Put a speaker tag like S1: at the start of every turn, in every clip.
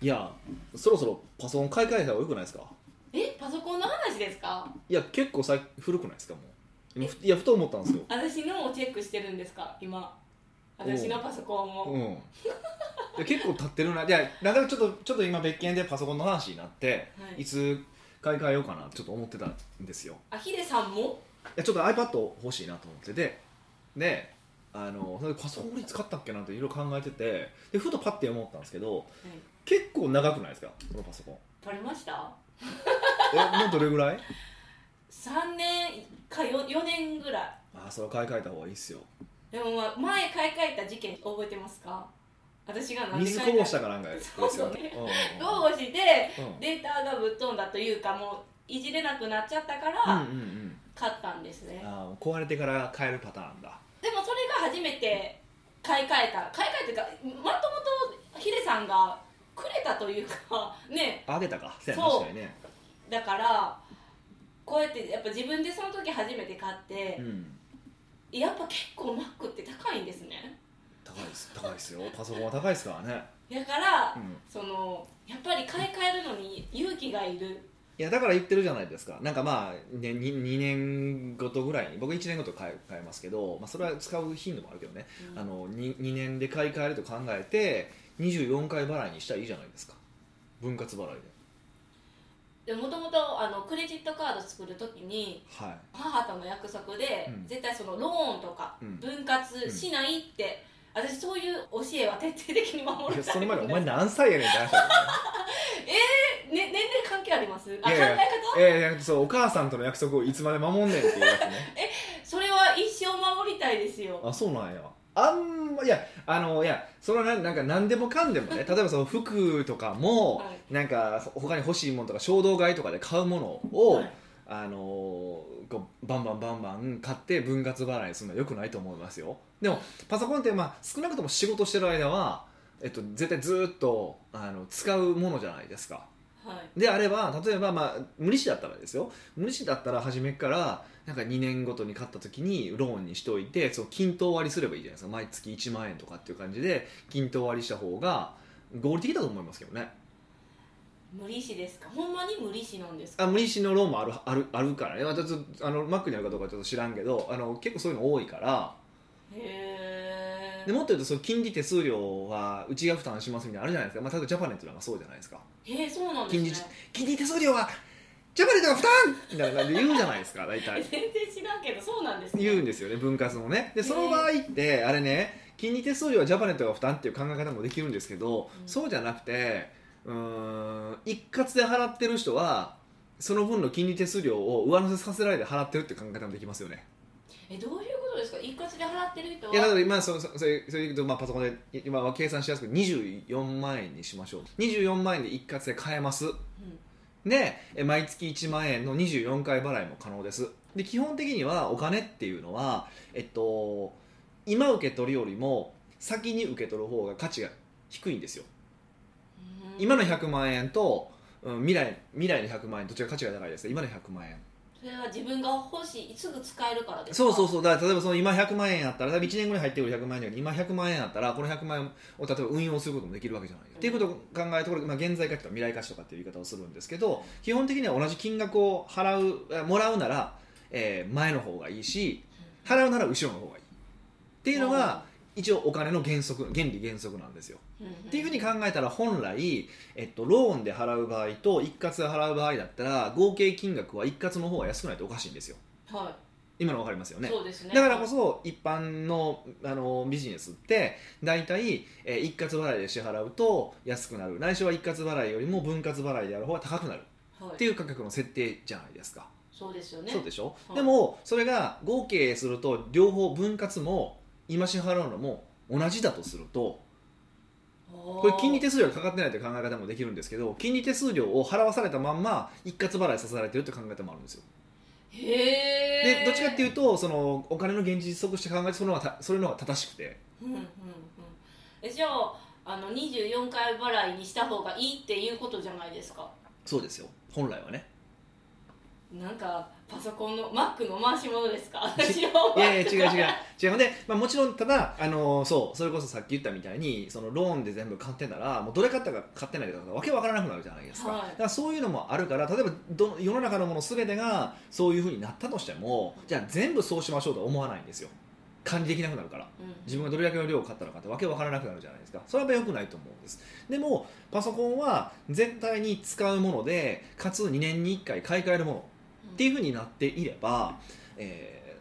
S1: いやそろそろパソコン買い替えた方がよくないですか
S2: えパソコンの話ですか
S1: いや結構さ古くないですかもう今ふいやふと思ったんですよ
S2: 私のをチェックしてるんですか今私のパソコンを
S1: うんいや結構経ってるないやなんかちょっとちょっと今別件でパソコンの話になって、
S2: はい
S1: い、つ買い替えようかなちょっと思ってたんですよ
S2: あヒデさんも
S1: いやちょっと iPad 欲しいなと思っててであのそれでパソコン俺使ったっけなっていろいろ考えててでふとパッて思ったんですけど結構長くないですかこのパソコン
S2: 取れました
S1: えもうどれぐらい
S2: 3年か 4, 4年ぐら
S1: ああそれは買い替えた方がいいっすよ
S2: いでも、まあ、前買い替えた事件覚えてますか私が何で
S1: 水
S2: 買
S1: こ
S2: い替
S1: ぼ
S2: え
S1: したたかなんかです
S2: そ
S1: よ
S2: うそう
S1: ねうん
S2: 豪語して
S1: うん
S2: データがぶっ飛んだというかもういじれなくなっちゃったか
S1: うん
S2: ら
S1: うんうん
S2: 買ったんですね、
S1: あー壊れてから変えるパターンだ
S2: でもそれが初めて買い替えた買い替えてかまともとヒデさんがくれたというか ね
S1: あげたかせやな
S2: そう
S1: 確かにね
S2: だからこうやってやっぱ自分でその時初めて買って
S1: う、ん
S2: やっぱ結構 Mac って高いんですね
S1: 高いです高いですよパソコンは高いですからね、
S2: だから、
S1: うん、
S2: そのやっぱり買い替えるのに勇気がいる
S1: いやだから言ってるじゃないですかなんかまあ、ね、2, 年ごとぐらいに僕1年ごと買い買えますけど、まあ、それは使う頻度もあるけどね、
S2: うん
S1: あの 2, 2年で買い替えると考えて24回払いにしたらいいじゃないですか分割払いで
S2: でもともとあのクレジットカード作る時に
S1: は
S2: 母との約束で、
S1: うん
S2: 絶対そのローンとか
S1: うん
S2: 分割しないって、私そういう教えは徹底的に守
S1: いい
S2: る
S1: やその前にお前何歳やねんって話だよね
S2: ね、年齢関係ありますあ
S1: いやいや
S2: 考え方
S1: え えいやそうお母さんとの約束をいつまで守んねんっていうやつね
S2: それは一生守りたいですよ
S1: あそうなんやあんまいやあのいやそれはななんか何でもかんでもね例えばその服とかも、
S2: は
S1: なんかほ他に欲しいものとか衝動買いとかで買うものを、
S2: はい
S1: あのーこうバンバンバンバン買って分割払いにするのはよくないと思いますよでもパソコンって、まあ、少なくとも仕事してる間は、えっと、絶対ずっとあの使うものじゃないですか
S2: はい
S1: であれば例えば、まあ、無利子だったらですよ無利子だったら初めからなんか2年ごとに買った時にローンにしておいてその均等割りすればいいじゃないですか毎月1万円とかっていう感じで均等割りした方が合理的だと思いますけどね
S2: 無利子ですかほんまに無利子なんですか
S1: あ無利子のローンもあるあるあるからね、まあ、ちょっとあのマックにあるかどうかちょっと知らんけどあの結構そういうの多いから
S2: へ
S1: で
S2: え
S1: もっと言うとその金利手数料はうちが負担しますみたいなのあるじゃないですか、まあ、例えばジャパネットなんかそうじゃないですか
S2: へえそうなんですね
S1: 近日金利手数料はジャパネットが負担みたいな感じで言うじゃないですか大体
S2: 全然知らんけどそうなんですね
S1: 言うんですよね分割のねでその場合ってあれね金利手数料はジャパネットが負担っていう考え方もできるんですけど、
S2: うん
S1: そうじゃなくてうーん一括で払ってる人はその分の金利手数料を上乗せさせられて払ってるって考え方もできますよね
S2: えどういうことですか一括で払ってる人はい
S1: やだから今そそそれそれで言うとまあパソコンで今は計算しやすく24万円にしましょう24万円で一括で買えます
S2: うん
S1: でえ毎月1万円の24回払いも可能ですで基本的にはお金っていうのは、えっと、今受け取るよりも先に受け取る方が価値が低いんですよ
S2: うん
S1: 今の100万円と、うん、未来未来の100万円どっちが価値が高いですか今の100万円
S2: それは自分が欲しいすぐ使えるからです
S1: そ
S2: か
S1: うそう
S2: う
S1: そうだから例えばその今100万円あったら多分1年後に入ってくる100万円だけど今100万円あったらこの100万円を例えば運用することもできるわけじゃない、っていうことを考えてこれ、まあ、現在価値とか未来価値とかっていう言い方をするんですけど基本的には同じ金額を払うえもらうなら、えー前の方がいいし払うなら後ろの方がいいっていうのが一応お金の原則原理原則なんですよ
S2: うん、うん
S1: っていうふうに考えたら本来、えっと、ローンで払う場合と一括で払う場合だったら合計金額は一括の方が安くないとおかしいんですよ
S2: は
S1: 今の分かりますよ
S2: い、
S1: ね
S2: そうですね
S1: だからこそ一般のあのビジネスって大体、えー一括払いで支払うと安くなるないしは一括払いよりも分割払いでやる方が高くなる
S2: はい
S1: っていう価格の設定じゃないですか、
S2: そうですよね
S1: そうでしょ、
S2: はい
S1: でもそれが合計すると両方分割も今支払うのも同じだとすると
S2: こ
S1: これ金利手数料がかかってないという考え方もできるんですけど金利手数料を払わされたまんま一括払いさせられてるって考え方もあるんですよ
S2: へえ
S1: でどっちかって
S2: い
S1: いうとそのお金の現実即して考えてその方がたそれの方が正しくて
S2: う、うんうんうん、えじゃああの24回払いにした方がいいっていうことじゃないですか
S1: そうですよ本来はね
S2: なんかパソコンの Mac の回し物ですか私
S1: いや いや違う違う違うほんで、まあ、もちろんただ、あのーそうそれこそさっき言ったみたいにそのローンで全部買ってたらもうどれ買ったか買ってないとかわけわからなくなるじゃないですか、
S2: はい
S1: だからそういうのもあるから例えばど世の中のもの全てがそういうふうになったとしてもじゃあ全部そうしましょうとは思わないんですよ管理できなくなるから自分がどれだけの量を買ったのかってわけわからなくなるじゃないですかそれは良くないと思うんですでもパソコンは絶対に使うものでかつ2年に1回買い替えるものっていうふうになっていれば、え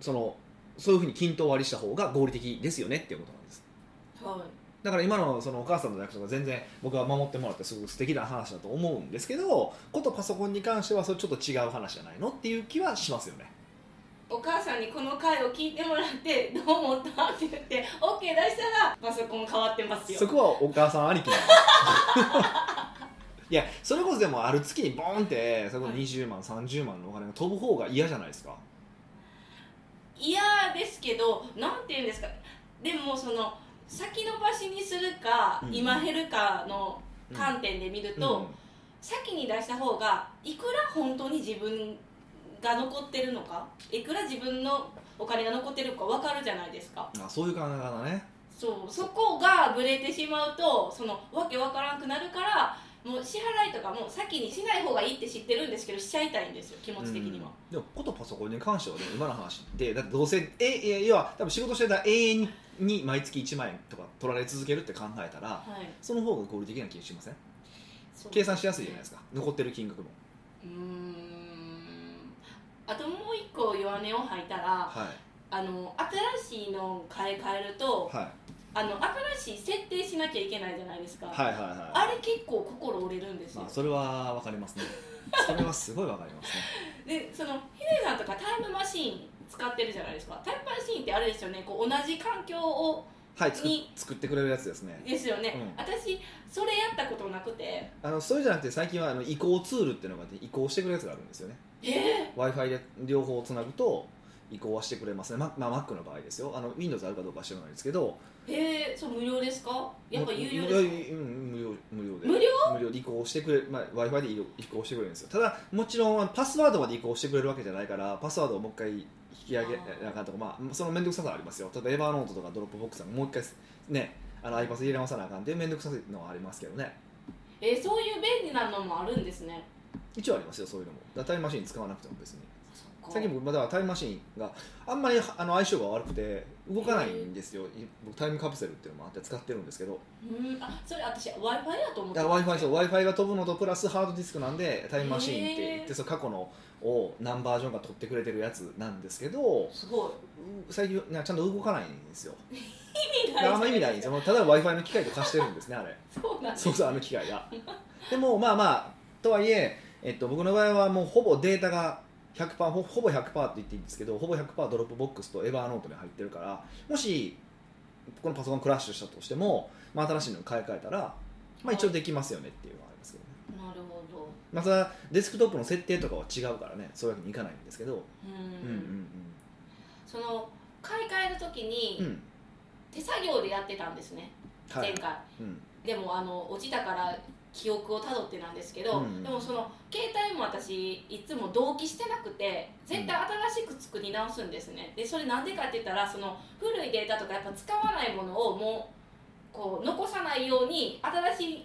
S1: ーそのそういうふうに均等割りした方が合理的ですよねっていうことなんです
S2: うん、はい
S1: だから今のそのお母さんの役所が全然僕は守ってもらってすごく素敵な話だと思うんですけどことパソコンに関してはそれちょっと違う話じゃないのっていう気はしますよね
S2: お母さんにこの回を聞いてもらってどう思ったって言って OK 出したらパソコン変わってますよ
S1: そこはお母さんありきなんです いやそれこそでもある月にボーンってそれこそ20万30万のお金が飛ぶ方が嫌じゃないですか
S2: 嫌ですけどなんて言うんですかでもその先延ばしにするか、
S1: うん
S2: 今減るかの観点で見ると、
S1: うん
S2: 先に出した方がいくら本当に自分が残ってるのかいくら自分のお金が残ってるのか分かるじゃないですか
S1: あそういう考え方ね
S2: そうそこがブレてしまうとそのわけ分からなくなるからもう支払いとかも先にしない方がいいって知ってるんですけどしちゃいたいんですよ気持ち的には、
S1: うんでもことパソコンに関してはね今の話でだってどうせえいや要は多分仕事してたら永遠に毎月1万円とか取られ続けるって考えたら
S2: はい
S1: その方が合理的な気がしません
S2: そう
S1: 計算しやすいじゃないですか残ってる金額も
S2: うーんあともう一個弱音を吐いたら
S1: はい
S2: あの新しいのを買い替えると
S1: はい
S2: あの新しい設定しなきゃいけないじゃないですか、
S1: はいはいはい
S2: あれ結構心折れるんですよ、
S1: まあそれは分かりますねそれはすごい分かりますね
S2: でそのヒデさんとかタイムマシーン使ってるじゃないですかタイムマシーンってあれですよねこう同じ環境を
S1: はい作っ
S2: に
S1: 作ってくれるやつですね
S2: ですよね、
S1: うん
S2: 私それやったことなくて
S1: あのそれじゃなくて最近はあの移行ツールっていうのがあって移行してくれるやつがあるんですよね
S2: ええ
S1: w i f i で両方つなぐと移行はしてくれますね、ままあ、Mac の場合ですよあの Windows あるかどうかは知らないですけど
S2: ええそう無料ですかやっぱ有料
S1: 無
S2: ですか
S1: うん無料無料で
S2: 無料
S1: 無料で移行してくれる、まあ、w i f i で移行してくれるんですよただもちろんあのパスワードまで移行してくれるわけじゃないからパスワードをもう一回引き上げ
S2: あ
S1: な
S2: ー
S1: あかんとか、まあ、その面倒くささはありますよ例えばエヴァノートとかドロップボックスさんもう一回ねあの iPass 入れ直さなあかんっていう面倒くさいのはありますけどね
S2: ええそういう便利なのもあるんですね
S1: 一応ありますよそういうのもだからタイムマシン使わなくても別に
S2: そっか
S1: 最近僕まだタイムマシンがあんまりあの相性が悪くて動かないんですよ、僕タイムカプセルっていうのもあって使ってるんですけど
S2: うんあそれ私 w i f i やと思って
S1: だから w i f i そう w i f i が飛ぶのとプラスハードディスクなんでタイムマシーンって言っ
S2: へー
S1: てその過去のを何バージョンか取ってくれてるやつなんですけど
S2: すごいう
S1: 最近なんかちゃんと動かないんですよ
S2: 意味
S1: だからあんま意味ないんですよもうただ w i f i の機械と化してるんですねあれ
S2: そうなんです
S1: そうそうあの機械がでもまあまあとはいえ、えっと、僕の場合はもうほぼデータが100%ほほぼ100%って言っていいんですけどほぼ100%ドロップボックスとエバーノートに入ってるからもしこのパソコンクラッシュしたとしても、まあ、新しいのに買い替えたら、まあ、一応できますよねっていうのはありますけどね
S2: なるほど
S1: まあそれはデスクトップの設定とかは違うからねそういうわけにいかないんですけど、
S2: うん
S1: うん
S2: その買い替える時に、
S1: うんうんうん
S2: 手作業でやってたんですね
S1: は
S2: 前
S1: い
S2: 回、
S1: うん
S2: でもあの落ちたから記憶をたどってなんですけど、
S1: うん
S2: でもその携帯も私いつも同期してなくて絶対新しく作り直すんですねでそれなんでかって言ったらその古いデータとかやっぱ使わないものをもうこう残さないように新しい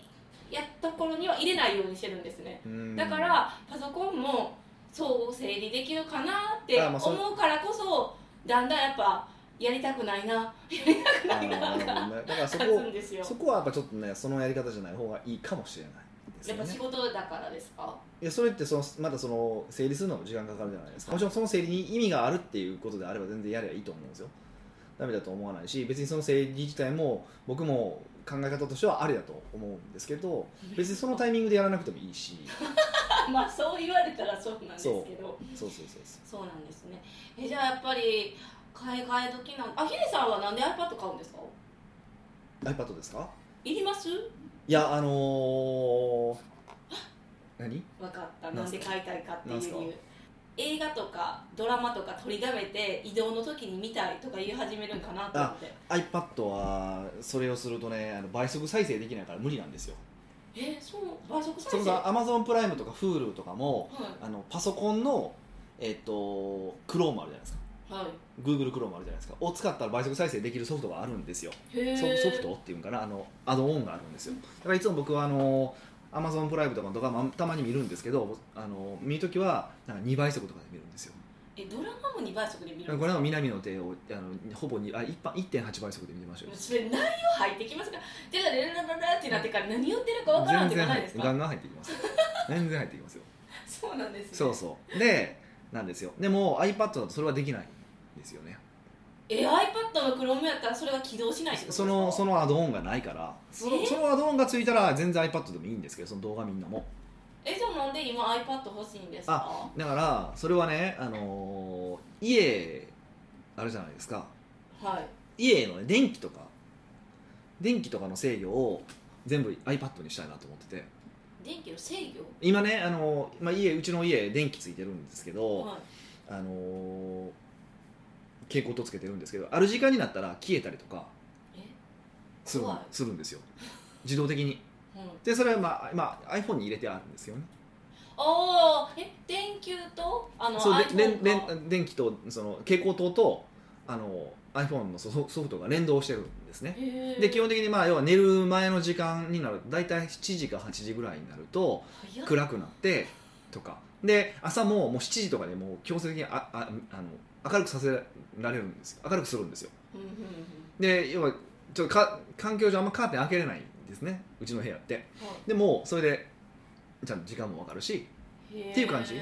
S2: やところには入れないようにしてるんですね
S1: うん
S2: だからパソコンもそう整理できるかなって
S1: あまあそう
S2: 思うからこそだんだんやっぱやりたくないなやり
S1: あ
S2: たくない
S1: ーな
S2: な
S1: るほ
S2: が
S1: どねだからそ
S2: 勝つん
S1: こ
S2: ですよ
S1: そこはやっぱちょっとねそのやり方じゃない方がいいかもしれないです
S2: や
S1: よ
S2: っ
S1: ね
S2: ぱ仕事だからですか
S1: いやそれってそのまだその整理するのも時間かかるじゃないですかもちろんその整理に意味があるっていうことであれば全然やればいいと思うんですよダメだと思わないし別にその整理自体も僕も考え方としてはありだと思うんですけど別にそのタイミングでやらなくてもいい し
S2: まあそう言われたらそうなんですけど
S1: そうそうそうそう
S2: そうなんですねえじゃあやっぱり買い替え時なんあヒデさんはなんで iPad 買うんですか
S1: iPad ですか
S2: いります
S1: いやあのー、何
S2: 分かった
S1: な
S2: なんん
S1: す
S2: で
S1: か
S2: 買いたいかってい
S1: なん
S2: う
S1: す
S2: 理
S1: か
S2: 由映画とかドラマとか取りだめて移動の時に見たいとか言い始めるんかなと思って
S1: iPad はそれをするとねあの倍速再生できないから無理なんですよ
S2: えそう倍速再
S1: それ
S2: 生
S1: こそ Amazon プライムとか Hulu とかも
S2: はい
S1: あのパソコンのえっと、クロームあるじゃないですか。
S2: はい
S1: Google クロームあるじゃないですか。を使ったら倍速再生できるソフトがあるんですよ。
S2: へー
S1: ソソフトっていうんかなあのアドオンがあるんですよだからいつも僕はあの Amazon プライムとかのドラマたまに見るんですけどあの見るときはなんか2倍速とかで見るんですよ
S2: えドラマも2倍速で
S1: これ
S2: 見るんですか
S1: は南の帝王あのほぼにあ一般1.8倍速で見てましたよ
S2: それ内容入ってきますかでラララララってなってから何言ってるか分からんってことない
S1: 入
S2: で
S1: っ
S2: す
S1: てガ
S2: か
S1: ンガン入ってきますよ全然入ってき ますよ
S2: そうなんですね
S1: そうそうでなんですよでも iPad だとそれはできないんですよね
S2: え iPad のクロームやったらそれが起動しないってことです
S1: そ
S2: か
S1: のそのアドオンがないからその
S2: え
S1: そのアドオンがついたら全然 iPad でもいいんですけどその動画みんなも
S2: えじゃあなんで今 iPad 欲しいんですか
S1: だからそれはね、あのー家あるじゃないですか
S2: はい
S1: 家の、ね、電気とか電気とかの制御を全部 iPad にしたいなと思ってて
S2: 電気の制御
S1: 今ね、あのーまあ、家うちの家電気ついてるんですけど、
S2: はい
S1: あのー蛍光灯つけてるんですけどある時間になったら消えたりとか
S2: え
S1: する
S2: 怖い
S1: するんですよ自動的に
S2: うん
S1: でそれは、まあまあ、iPhone に入れてあるんですよね
S2: おーえ電球とあの
S1: そうで
S2: iPhone
S1: 連
S2: の
S1: 連電気とその蛍光灯とあの iPhone のソソフトが連動してるんですね
S2: へー
S1: で基本的にまあ要は寝る前の時間になると大体7時か8時ぐらいになると
S2: 早っ
S1: 暗くなってとかで朝ももう7時とかでもう強制的にあああの明るくさせられるんですよ明るくするんですよ
S2: うんうんうん
S1: で要はちょっとか環境上あんまカーテン開けれないんですねうちの部屋って
S2: は
S1: でもそれでちゃんと時間も分かるし
S2: い
S1: っていう感じ
S2: へー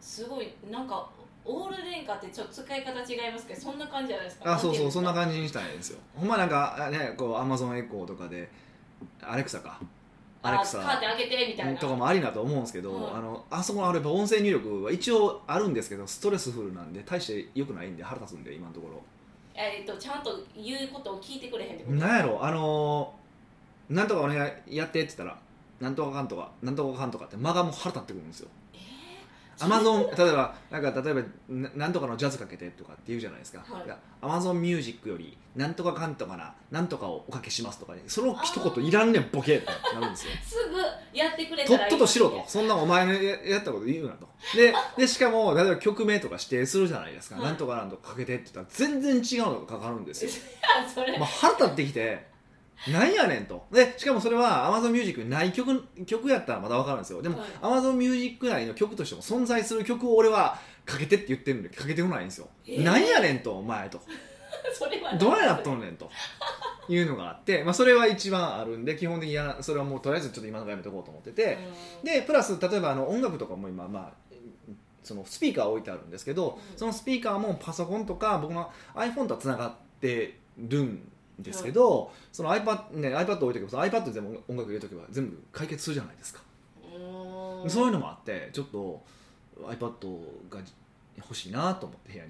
S2: すごいなんかオール電化ってちょっと使い方違いますけどそんな感じじゃないですか
S1: あそうそうそんな
S2: 感
S1: 感じにしたいんですよほんまなんかあねこうアマゾンエコーとかでアレクサかアレクサ
S2: カーテン開けてみたいな
S1: とかもありだと思うんですけど、
S2: うん
S1: あのあそこのあれば音声入力は一応あるんですけどストレスフルなんで大して良くないんで腹立つんで今のとこ
S2: えー、とちゃんと言うことを聞いてくれへんってこ
S1: ろ
S2: と
S1: なんやろあのーなんとかお願いやってって言ったらなんとかかんとかなんとかかんとかって間がもう腹立ってくるんですよ
S2: え
S1: アマゾ
S2: ン
S1: ン例えばなんか例えばななんとかのジャズかけてとかって言うじゃないですか、
S2: はい
S1: アマゾンミュージックよりなんとかかんとかななんとかをおかけしますとかねその一言いらんねんボケってなるん ですよ
S2: すぐやってくれ
S1: と
S2: たら
S1: っ
S2: い
S1: と
S2: い
S1: としろとそんなお前のややったこと言うなとででしかも例えば曲名とか指定するじゃないですか、
S2: はい
S1: なんとかなんとかかけてって言ったら全然違うのがかかるんですよ
S2: あ それ、
S1: まあ、腹立ってきてなんやねんとでしかもそれは AmazonMusic にない曲曲やったらまだ分かるんですよでも、
S2: はい
S1: AmazonMusic 内の曲としても存在する曲を俺はかけてって言ってるんでかけてこないんですよ、
S2: えー
S1: なんやねんとお前と
S2: それは
S1: どうやっ
S2: と
S1: とんねんというのがあって、まあ、それは一番あるんで基本的にやそれはもうとりあえずちょっと今のがやめとこうと思ってて、でプラス例えばあの音楽とかも今、まあ、そのスピーカー置いてあるんですけど、
S2: うん
S1: そのスピーカーもパソコンとか僕の iPhone とはつながってるんですけど、その iPad,、ね、iPad 置いておけばその iPad でも音楽入れとけば全部解決するじゃないですか、そういうのもあってちょっと iPad が欲しいなと思って部屋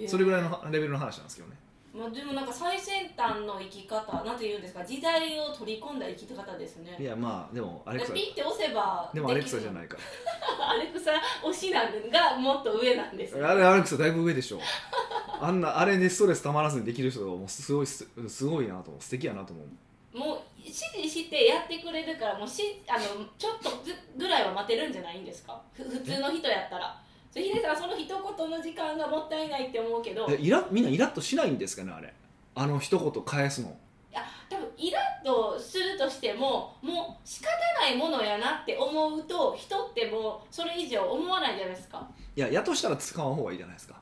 S1: に、それぐらいのレベルの話なんですけどね
S2: まあ、でもなんか最先端の生き方なんて言うんですか時代を取り込んだ生き方ですね
S1: いやまあでもアレクサ
S2: ピッて押せば
S1: でもアレクサじゃ
S2: い
S1: ないか
S2: アレクサ推しなんがもっと上なんです
S1: あれアレクサだいぶ上でしょあんなあれでストレスたまらずにできる人がもうすごいすすごいなと思う素敵やなと思う
S2: もう指示してやってくれるからもうしあのちょっとずぐらいは待てるんじゃないんですかふ普通の人やったらそれヒデさんその一言の時間がもったいないって思うけど
S1: えイラみんなイラッとしないんですかねあれあの一言返すの
S2: 多分イラッとするとしてももう仕方ないものやなって思うと人ってもうそれ以上思わないじゃないですか
S1: いややとしたら使わん方がいいじゃないですか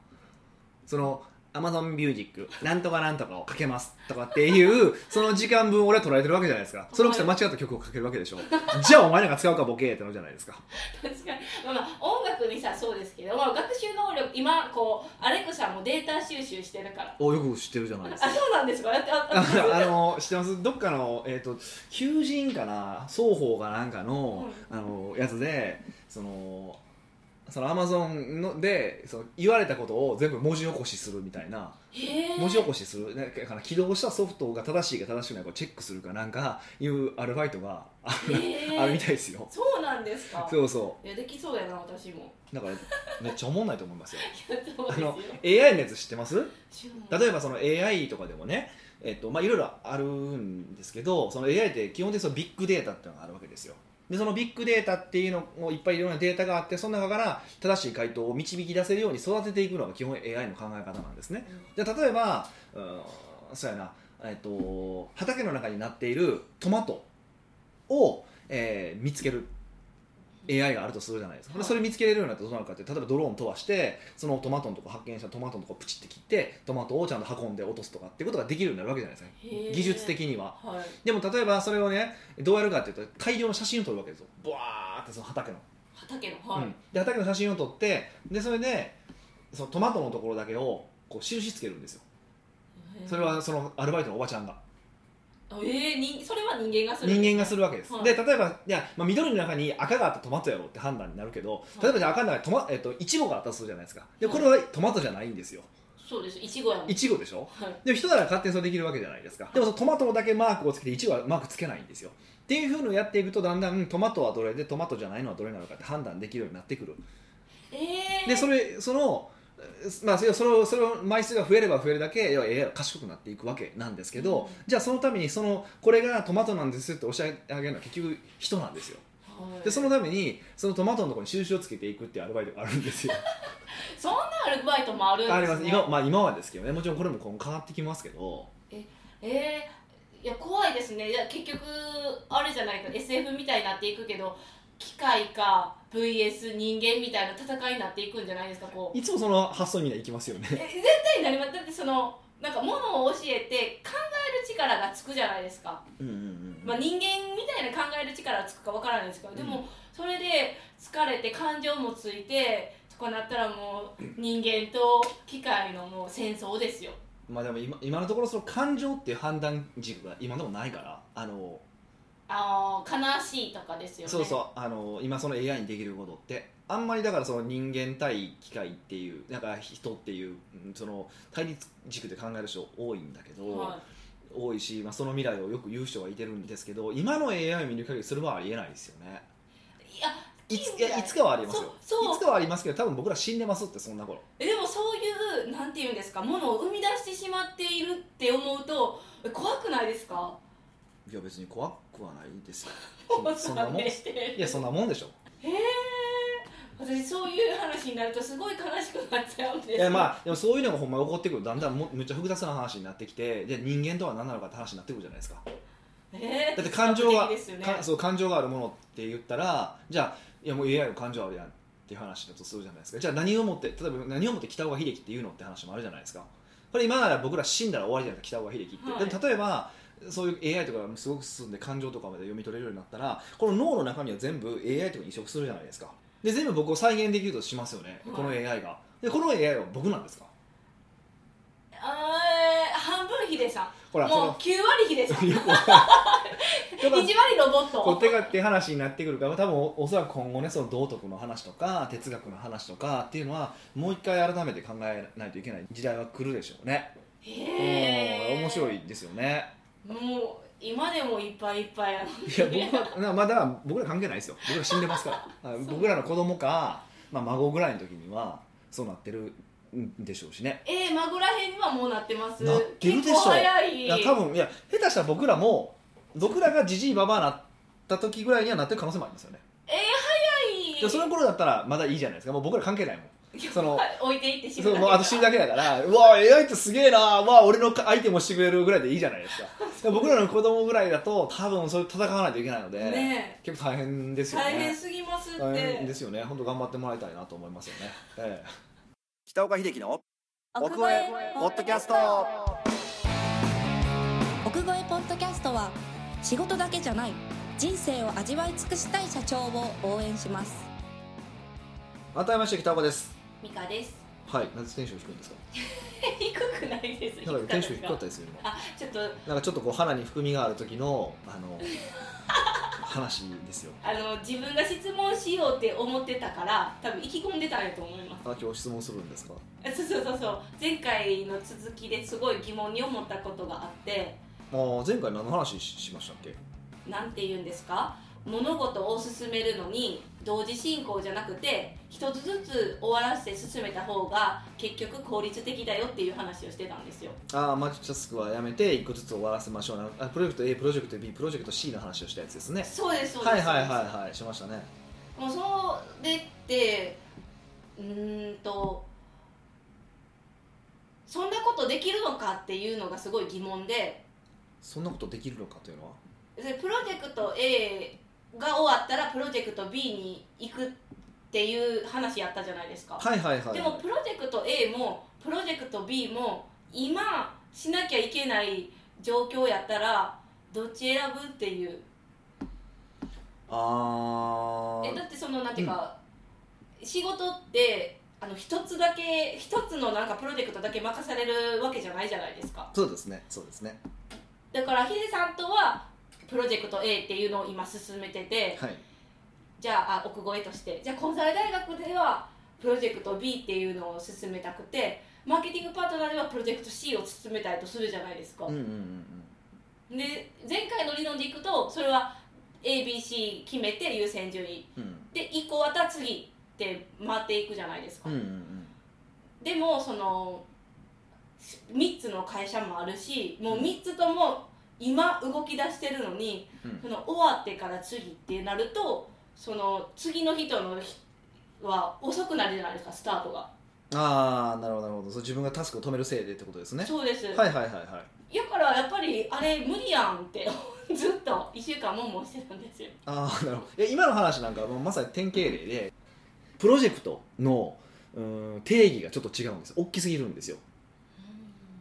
S1: その Amazon ミュージックなんとかなんとかをかけますとかっていう その時間分俺は捉えてるわけじゃないですかそれを間違った曲をかけるわけでしょじゃあお前なんか使うかボケーってのじゃないですか
S2: 確かに、まあまあ、音楽にさそうですけど、まあ、学習能力今こうアレクサもデータ収集してるから
S1: およく知ってるじゃないですか
S2: あそうなんですかだってあ
S1: あ のあの知ってますどっかの、えー、と求人かな双方かなんかの,、あのやつでそのそのアマゾンのでその言われたことを全部文字起こしするみたいな
S2: へえ
S1: 文字起こしするなんか起動したソフトが正しいか正しくないかをチェックするかなんかいうアルバイトがあ
S2: へえ
S1: あるみたいですよ、
S2: そうなんですか
S1: そうそ
S2: いやできそうやな私も
S1: うだからめっちゃおもんないと思いますよ
S2: いやそう
S1: あ
S2: ですよ
S1: の AI のやつ知ってます
S2: 注文
S1: 例えばその AI とかでもね、えっとまあ、いろいろあるんですけどその AI って基本的にそのビッグデータっていうのがあるわけですよでそのビッグデータっていうのもいっぱいいろんなデータがあってその中から正しい回答を導き出せるように育てていくのが基本 AI の考え方なんですねじゃあ例えばうーんそうやな、えっと畑の中になっているトマトを、えー見つける AI があるとするじゃないですか、でそれ見つけれるようになったらどうなるかって例えばドローン飛ばしてそのトマトのとこ発見したトマトのとこプチって切ってトマトをちゃんと運んで落とすとかっていうことができるようになるわけじゃないですか
S2: へー
S1: 技術的には
S2: はい
S1: でも例えばそれをねどうやるかっていうと大量の写真を撮るわけですよブワーってその畑の、
S2: 畑のはい、
S1: うんで畑の写真を撮ってでそれでそのトマトのところだけをこう印つけるんですよ
S2: へー
S1: それはそのアルバイトのおばちゃんが
S2: あえー、にそれは人間がする
S1: 人間がするわけです、
S2: はい
S1: で例えばいや、まあ、緑の中に赤があったらトマトやろうって判断になるけど例えばじゃあ赤の中にトマ、えっとイチゴがあったとするじゃないですかでこれはトマトじゃないんですよ
S2: そうですいちごやもん
S1: イチゴでしょ
S2: はい
S1: でも人なら勝手にそれできるわけじゃないですかでもそのトマトだけマークをつけてイチゴはマークつけないんですよっていうふうにやっていくとだんだんトマトはどれでトマトじゃないのはどれなのかって判断できるようになってくる
S2: えー、
S1: でそれそのえーまあ、それをそれをそれを枚数が増えれば増えるだけ要は AI は賢くなっていくわけなんですけど、
S2: うん
S1: じゃあそのためにそのこれがトマトなんですって教えてあげるのは結局人なんですよ
S2: はい
S1: でそのためにそのトマトのところに印をつけていくっていうアルバイトがあるんですよ
S2: そんなアルバイトもあるんです、ね、
S1: あります今,、まあ、今はですけどねもちろんこれも今後変わってきますけど
S2: えー、いや怖いですねいや結局あれじゃないか SF みたいになっていくけど機械か VS 人間みたいな戦いになっていくんじゃないですかこう
S1: いつもその発想にはいきますよね
S2: え絶対になりますだってそのなんかものを教えて考える力がつくじゃないですか、
S1: うんうんうん
S2: まあ、人間みたいな考える力がつくかわからないですけどでもそれで疲れて感情もついてとかなったらもう人間と機械のもう戦争ですよ
S1: まあでも今今のところその感情っていう判断軸が今でもないからあの、
S2: あー悲しいとかですよね
S1: そうそうあの今その AI にできることってあんまりだからその人間対機械っていうなんか人っていううんその対立軸で考える人多いんだけど、
S2: は
S1: 多いし、まあ、その未来をよく言う人がいてるんですけど今の AI を見る限りそれはありえないですよね
S2: い、いや
S1: いついやいつかはありますよ
S2: そうそう
S1: いつかはありますけど多分僕ら死んでますってそんな頃
S2: えでもそういうなんていうんですかものを生み出してしまっているって思うとえ怖くないですか
S1: いや別に怖くはないですよそんなも ん
S2: 勘
S1: い
S2: 弁して
S1: やそんなもんでしょ
S2: へえ私そういう話になるとすごい悲しくなっちゃうんで
S1: い
S2: す
S1: やまあでもそういうのがほんまに起こってくるとだんだんもむっちゃ複雑な話になってきてじゃあ人間とは何なのかって話になってくるじゃないですか
S2: えー
S1: だって感情が
S2: 哲学的ですよね
S1: かそう感情があるものって言ったらじゃあいやもう AI の感情あるやんっていう話だとするじゃないですかじゃあ何をもって例えば何をもって北岡秀樹っていうのって話もあるじゃないですかこれ今なら僕ら死んだら終わりじゃないですか北岡秀樹って、
S2: はい
S1: でも例えばそういう AI とかがすごく進んで感情とかまで読み取れるようになったらこの脳の中身は全部 AI とかに移植するじゃないですかで全部僕を再現できるとしますよね、
S2: はい
S1: この AI がでこの AI は僕なんですか
S2: あー半分ヒデさ
S1: ほ
S2: ん
S1: ら
S2: もう9割ヒデさん1
S1: よくわかんない
S2: 割ロボット
S1: こう手がって話になってくるから多分おおそらく今後ねその道徳の話とか哲学の話とかっていうのはもう一回改めて考えないといけない時代は来るでしょうね、
S2: へ
S1: う
S2: え
S1: ん面白いですよね
S2: もう今でもいっぱいいっぱいあの
S1: いや僕はなまだ僕ら関係ないですよ僕ら死んで ますからあ僕らの子供か、まあ、孫ぐらいの時にはそうなってるんでしょうしね
S2: えー、孫らへんにはもうなってます
S1: なってるでしょ
S2: 結構早い
S1: いや多分いや下手したら僕らも僕らがじじいばばあなった時ぐらいにはなってる可能性もありますよね
S2: えー、早い
S1: でその頃だったらまだいいじゃないですかもう僕ら関係ないもんその
S2: はい置いていって死ぬ
S1: そう
S2: だけ
S1: もうあと死ぬだけだからうわ AI ってすげえなうわ俺の相手もしてくれるぐらいでいいじゃないですか で僕らの子供ぐらいだと多分それ戦わないといけないので、
S2: ね
S1: 結構大変ですよね
S2: 大変すぎますって
S1: 大変ですよね本当頑張ってもらいたいなと思いますよね、ええ、北岡秀樹の奥越えポッドキャスト
S3: 奥越えポッドキャストは仕事だけじゃない人生を味わい尽くしたい社長を応援します
S1: 改めまして北岡です
S2: ミカです
S1: はいなぜテンション低いんですか
S2: 低くないです
S1: なんかテンション低かったたですよ今
S2: あちょっと
S1: なんかちょっとこう鼻に含みがある時のあ の話ですよ
S2: あの自分が質問しようって思ってたから多分意気込んでたんやと思います
S1: あ今日質問するんですか
S2: あそうそうそうそう前回の続きですごい疑問に思ったことがあって
S1: あー前回何の話ししましたっけ
S2: なんて言うんですか物事を進めるのに同時進行じゃなくて一つずつ終わらせて進めた方が結局効率的だよっていう話をしてたんですよ
S1: ああマッチタスクはやめて一個ずつ終わらせましょうなあプロジェクト A プロジェクト B プロジェクト C の話をしたやつですね
S2: そうですそうです
S1: はいはいはいはいしましたね
S2: もうそうでってうーんとそんなことできるのかっていうのがすごい疑問で
S1: そんなことできるのかというのは
S2: でプロジェクト A が終わったらプロジェクト B に行くっていう話やったじゃないですか、
S1: はいはいはい
S2: でもプロジェクト A もプロジェクト B も今しなきゃいけない状況やったらどっち選ぶっていう
S1: あ
S2: えだってそのなんていうか、仕事ってあの一つだけ一つのなんかプロジェクトだけ任されるわけじゃないじゃないですか
S1: あそうですねそうですね
S2: だからヒデさんとはプロジェクト A っていうのを今進めてて
S1: はい
S2: じゃああ奥越えとしてじゃあコンサル大学ではプロジェクト B っていうのを進めたくてマーケティングパートナーではプロジェクト C を進めたいとするじゃないですか、
S1: うんうんうん
S2: で前回の理論でいくとそれは ABC 決めて優先順位
S1: うん
S2: で1個終わったら次って回っていくじゃないですか、
S1: うんうんうん
S2: でもその3つの会社もあるしもう3つとも今動き出してるのに、
S1: うん
S2: その終わってから次ってなるとその次の人の日は遅くなるじゃないですかスタートが、
S1: ああなるほどなるほどそう自分がタスクを止めるせいでってことですね
S2: そうです、
S1: はいはいはいはい
S2: だからやっぱりあれ無理やんって ずっと1週間もんもんしてたんですよ
S1: ああなるほどいや今の話なんかはもうまさに典型例でプロジェクトのうーん定義がちょっと違うんです大きすぎるんですよ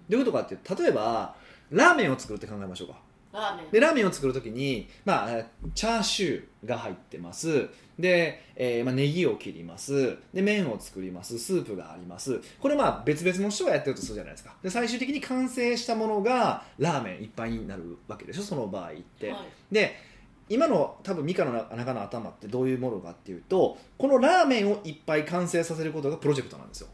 S1: どういうことかっていうと例えばラーメンを作るって考えましょうか
S2: ラーメン
S1: でラーメンを作る時に、まあ、えーチャーシューが入ってますで、えーまあ、ネギを切りますで麺を作りますスープがありますこれまあ別々の人がやってるとするじゃないですかで最終的に完成したものがラーメンいっぱいになるわけでしょその場合って、
S2: はい
S1: で今の多分ミカの中の頭ってどういうものかっていうとこのラーメンをいっぱい完成させることがプロジェクトなんですよ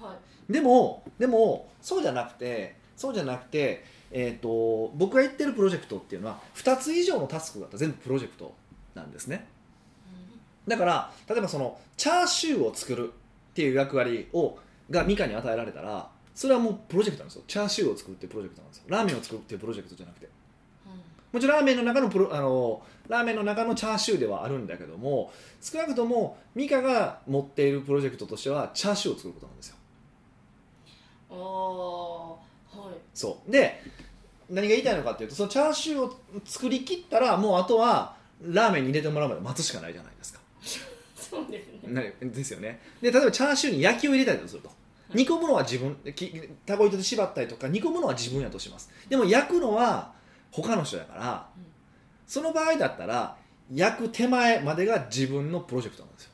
S2: はい
S1: でもでもそうじゃなくてそうじゃなくて、えー、と僕が言ってるプロジェクトっていうのは2つ以上のタスクがあったら全部プロジェクトなんですねだから例えばそのチャーシューを作るっていう役割をがミカに与えられたらそれはもうプロジェクトなんですよチャーシューを作るっていうプロジェクトなんですよラーメンを作るっていうプロジェクトじゃなくてもちろんラーメンの中のプロあのラーメンの中のチャーシューではあるんだけども少なくともミカが持っているプロジェクトとしてはチャーシューを作ることなんですよ
S2: うん、おーはい
S1: そうで何が言いたいのかっていうとそのチャーシューを作り切ったらもうあとはラーメンに入れてもらうまで待つしかないじゃないですか
S2: そうですね。
S1: なですよねで例えばチャーシューに焼きを入れたりとすると
S2: い
S1: 煮込むのは自分きタコ糸で縛ったりとか煮込むのは自分やとしますでも焼くのは他の人だから
S2: うん
S1: その場合だったら焼く手前までが自分のプロジェクトなんですよ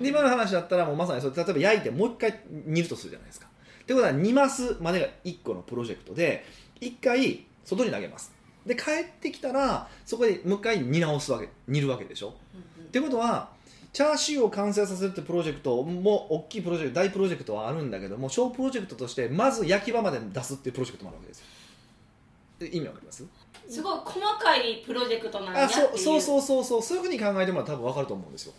S1: で今の話だったらもうまさにそれ例えば焼いてもう一回煮るとするじゃないですかってことは煮ますまでが1個のプロジェクトで1回外に投げますで帰ってきたらそこでもう一回煮直すわけ煮るわけでしょってことはチャーシューを完成させるってプロジェクトも大きいプロジェクト大プロジェクトはあるんだけども小プロジェクトとしてまず焼き場まで出すっていうプロジェクトもあるわけですよえ意味わかります
S2: すごい細かいプロジェクトなんや
S1: あ
S2: ってい
S1: そううそうそうそうそうそういうふうに考えてもらったら多分わかると思うんですよ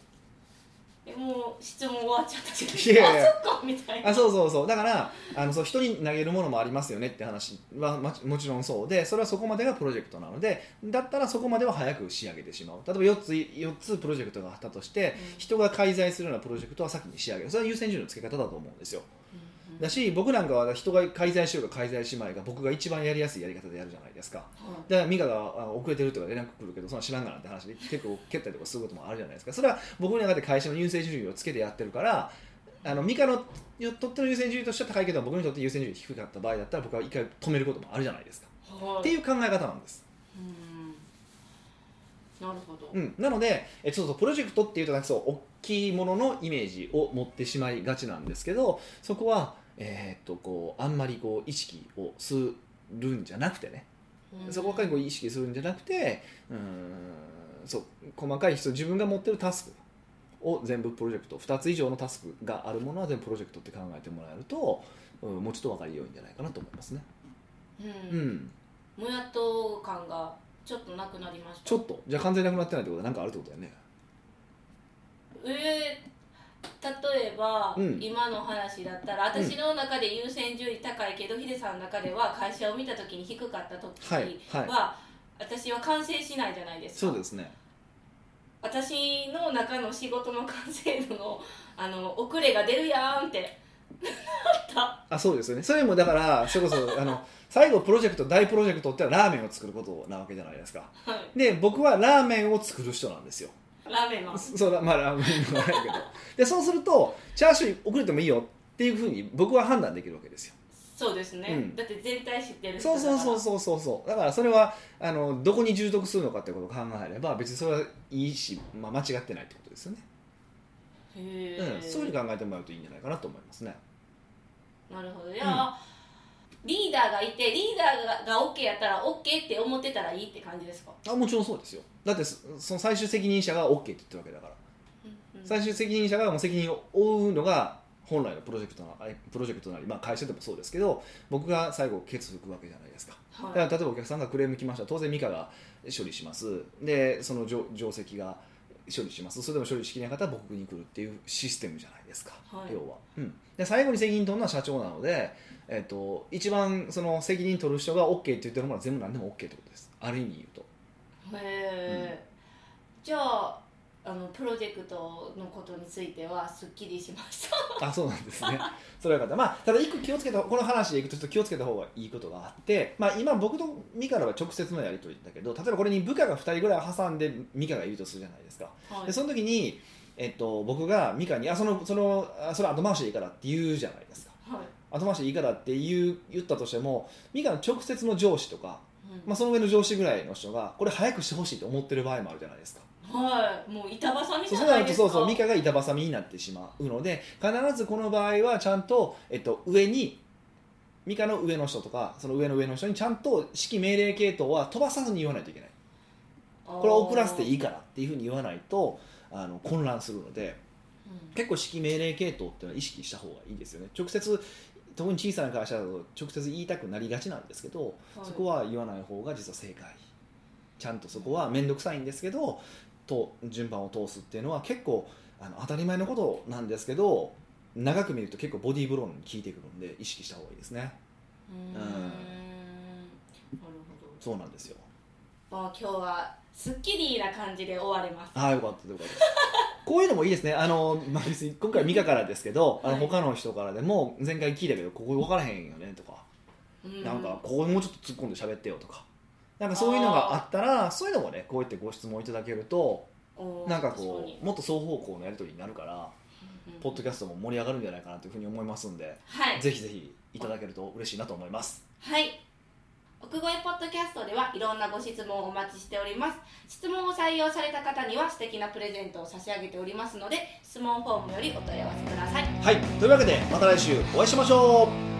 S2: でもう質問終わっちゃったけど
S1: いやいや
S2: あそっかみたい な
S1: あそうそうそうだからあのそう人に投げるものもありますよねって話はまもちろんそうでそれはそこまでがプロジェクトなのでだったらそこまでは早く仕上げてしまう例えば4つ4つプロジェクトがあったとして
S2: うん
S1: 人が介在するようなプロジェクトは先に仕上げるそれは優先順位の付け方だと思うんですよ
S2: うんうん
S1: だし僕なんかは人が介在しようが介在しまいが僕が一番やりやすいやり方でやるじゃないですか
S2: はい
S1: だから美香があ遅れてるとか連絡来るけどそんな知らんがなって話で結構蹴ったりとかすることもあるじゃないですかそれは僕の中で会社の優先順位をつけてやってるからあの美香のにとっての優先順位としては高いけど僕にとって優先順位が低かった場合だったら僕は一回止めることもあるじゃないですか、
S2: はい
S1: っていう考え方なんです、
S2: うんなるほど、
S1: うん、なのでえそうそうプロジェクトっていうとなんかそう大きいもののイメージを持ってしまいがちなんですけどそこは、えーっとこうあんまりこう意識をするんじゃなくてね
S2: うん
S1: そこばっかりこう意識するんじゃなくてうーんそう細かい人自分が持ってるタスクを全部プロジェクト2つ以上のタスクがあるものは全部プロジェクトって考えてもらえると、うん、もうちょっと分かりよいんじゃないかなと思いますね。
S2: う
S1: うんん、
S2: もやっと感がちょっとなくなりました
S1: ちょっとじゃあ完全になくなってないってことは何かあるってことだよね
S2: えー例えば、
S1: うん
S2: 今の話だったら私の中で優先順位高いけどヒデさんの中では会社を見た時に低かった時は、
S1: はいはい
S2: 私は完成しないじゃないですか
S1: そうですね
S2: 私の中の仕事の完成度のあの遅れが出るやんって
S1: あそうですよねそれもだからそれこそ あの最後プロジェクト大プロジェクトってのはラーメンを作ることなわけじゃないですか
S2: は
S1: で僕はラーメンを作る人なんですよ
S2: いラーメンマン
S1: そうまあラーメンでもないけどでそうするとチャーシュー遅れてもいいよっていうふうに僕は判断できるわけですよ
S2: そうですね、
S1: うん
S2: だって全体知ってる人
S1: そ
S2: だ
S1: う
S2: から
S1: そうそうそうそうそうだからそれはあのどこに重篤するのかってことを考えれば別にそれはいいし、まあ、間違ってないってことですよね、
S2: へ
S1: うん、
S2: え、
S1: そういうふうに考えてもらうといいんじゃないかなと思いますね
S2: なるほどじゃあ、リーダーがいてリーダーがが OK やったら OK って思ってたらいいって感じですか、
S1: あもちろんそうですよだってそその最終責任者が OK って言ってるわけだから
S2: うんうん
S1: 最終責任者がもう責任を負うのが本来のプロジェクトなあプロジェクトなり、まあ、会社でもそうですけど僕が最後ケツ吹くわけじゃないですか
S2: はい
S1: だから例えばお客さんがクレーム来ました当然ミカが処理しますでその定定石が処理しますそれでも処理しきれなかったら僕に来るっていうシステムじゃないですか、
S2: はい
S1: 要は、うん、で最後に責任取るのは社長なので、えっと一番その責任取る人が OK って言ってるものは全部何でも OK ってことですある意味言うと
S2: へえ、じゃああのプロジェクトのことについてはすっきりしました
S1: あそうなんです ねそれはよかったまあただ一個気をつけたこの話でいくとちょっと気をつけた方がいいことがあってまあ今僕とミカらは直接のやり取りだけど例えばこれに部下が2人ぐらい挟んでミカがいるとするじゃないですか
S2: はい
S1: でその時に、えっと、僕がミカにあそのそのあそれ後回しでいいからって言うじゃないですか
S2: はい
S1: 後回しでいいからって言う言ったとしてもミカの直接の上司とか、
S2: うん
S1: まあ、その上の上司ぐらいの人がこれ早くしてほしいと思ってる場合もあるじゃないですか
S2: はい、もう板挟みじ
S1: そうそう
S2: ゃな
S1: ないると
S2: ですか
S1: そうそうミカが板挟みになってしまうので必ずこの場合はちゃんと、えっと、上にミカの上の人とかその上の上の人にちゃんと指揮命令系統は飛ばさずに言わないといけない
S2: こ
S1: これは遅らせていいからっていうふうに言わないとあの混乱するので。結構指揮命令系統っていうのは意識した方がいいですよね直接特に小さな会社だと直接言いたくなりがちなんですけど、そこ
S2: は
S1: は言わない方が実は正解ちゃんとそこは面倒くさいんですけどと順番を通すっていうのは結構あの当たり前のことなんですけど長く見ると結構ボディーブローに効いてくるんで意識した方がいいですね
S2: いうん
S1: ん
S2: なるほど、
S1: そうなんですよ
S2: まあ、今日はすっきりな感じで終われます
S1: ああよかったよかったこういうのもいいですねあの、まあ、別に今回ミカからですけど、あ
S2: は
S1: の
S2: い
S1: 他の人からでも前回聞いたけどここ分からへんよねとか
S2: う
S1: なんかここもうちょっと突っ込んで喋ってよとかなんかそういうのがあったらそういうのもねこうやってご質問いただけると
S2: おー
S1: なんか
S2: 確
S1: こ
S2: に
S1: うもっと双方向のやり取りになるから
S2: うん
S1: ポッドキャストも盛り上がるんじゃないかなというふうに思いますんで
S2: はい
S1: ぜひぜひいただけると嬉しいなと思います
S2: はい。奥越えポッドキャストではいろんなご質問をお待ちしております。質問を採用された方には素敵なプレゼントを差し上げておりますので、質問フォームよりお問い合わせください。
S1: はいというわけでまた来週お会いしましょう